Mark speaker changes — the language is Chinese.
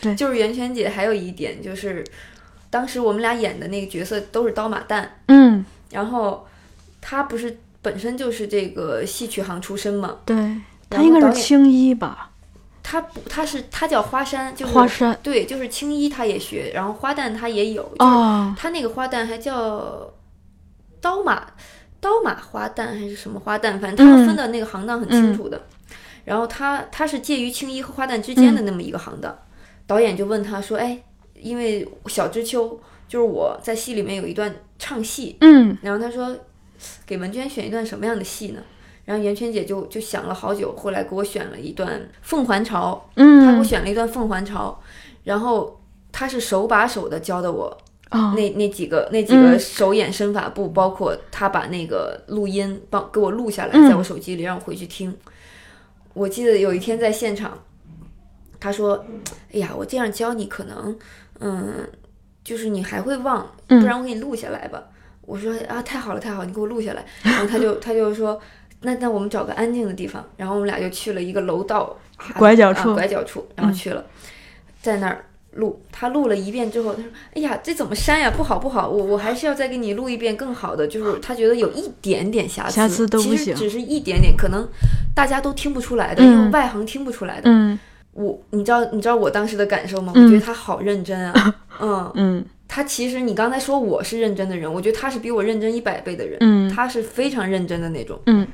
Speaker 1: 对
Speaker 2: 就是袁泉姐还有一点就是，当时我们俩演的那个角色都是刀马旦，
Speaker 1: 嗯，
Speaker 2: 然后他不是本身就是这个戏曲行出身嘛，
Speaker 1: 对，
Speaker 2: 然
Speaker 1: 他
Speaker 2: 后
Speaker 1: 应该
Speaker 2: 导
Speaker 1: 是
Speaker 2: 演
Speaker 1: 青衣吧，
Speaker 2: 他不他是他叫花山，就是
Speaker 1: 花山
Speaker 2: 对，就是青衣他也学，然后花旦他也有，就是
Speaker 1: 哦，
Speaker 2: 他那个花旦还叫刀马刀马花旦还是什么花旦，反正他
Speaker 1: 嗯
Speaker 2: 分的那个行当很清楚的。然后他他是介于青衣和花旦之间
Speaker 1: 嗯
Speaker 2: 的那么一个行当。导演就问他说：“哎，因为小知秋就是我在戏里面有一段唱戏，
Speaker 1: 嗯，
Speaker 2: 然后他说给文娟选一段什么样的戏呢？”然后袁泉姐就就想了好久，后来给我选了一段《凤还巢》，她给我
Speaker 1: 嗯，
Speaker 2: 选了一段《凤还巢》，然后她是手把手的教的我
Speaker 1: 哦，
Speaker 2: 那那几个那几个
Speaker 1: 嗯
Speaker 2: 手眼身法步，包括他把那个录音帮给我录下来，
Speaker 1: 嗯
Speaker 2: 在我手机里让我回去听。我记得有一天在现场，他说：“哎呀，我这样教你可能，嗯，就是你还会忘，
Speaker 1: 嗯
Speaker 2: 不然我给你录下来吧。我说：“啊，太好了，太好了，你给我录下来。”然后他就他就说：“那那我们找个安静的地方。”然后我们俩就去了一个楼道啊
Speaker 1: 拐角处嗯
Speaker 2: 啊拐角处，然后去了，在那儿录。他录了一遍之后，他说：“哎呀，这怎么删呀？不好不好，我我还是要再给你录一遍更好的。”就是他觉得有一点点瑕疵，
Speaker 1: 瑕疵都不
Speaker 2: 其实
Speaker 1: 行
Speaker 2: 只是一点点，可能大家都听不出来的，
Speaker 1: 嗯
Speaker 2: 因为外行听不出来的。
Speaker 1: 嗯
Speaker 2: 我，你知道你知道我当时的感受吗？
Speaker 1: 嗯
Speaker 2: 我觉得他好认真啊， 嗯，
Speaker 1: 嗯
Speaker 2: 他其实你刚才说我是认真的人，我觉得他是比我认真一百倍的人，
Speaker 1: 嗯
Speaker 2: 他是非常认真的那种。
Speaker 1: 嗯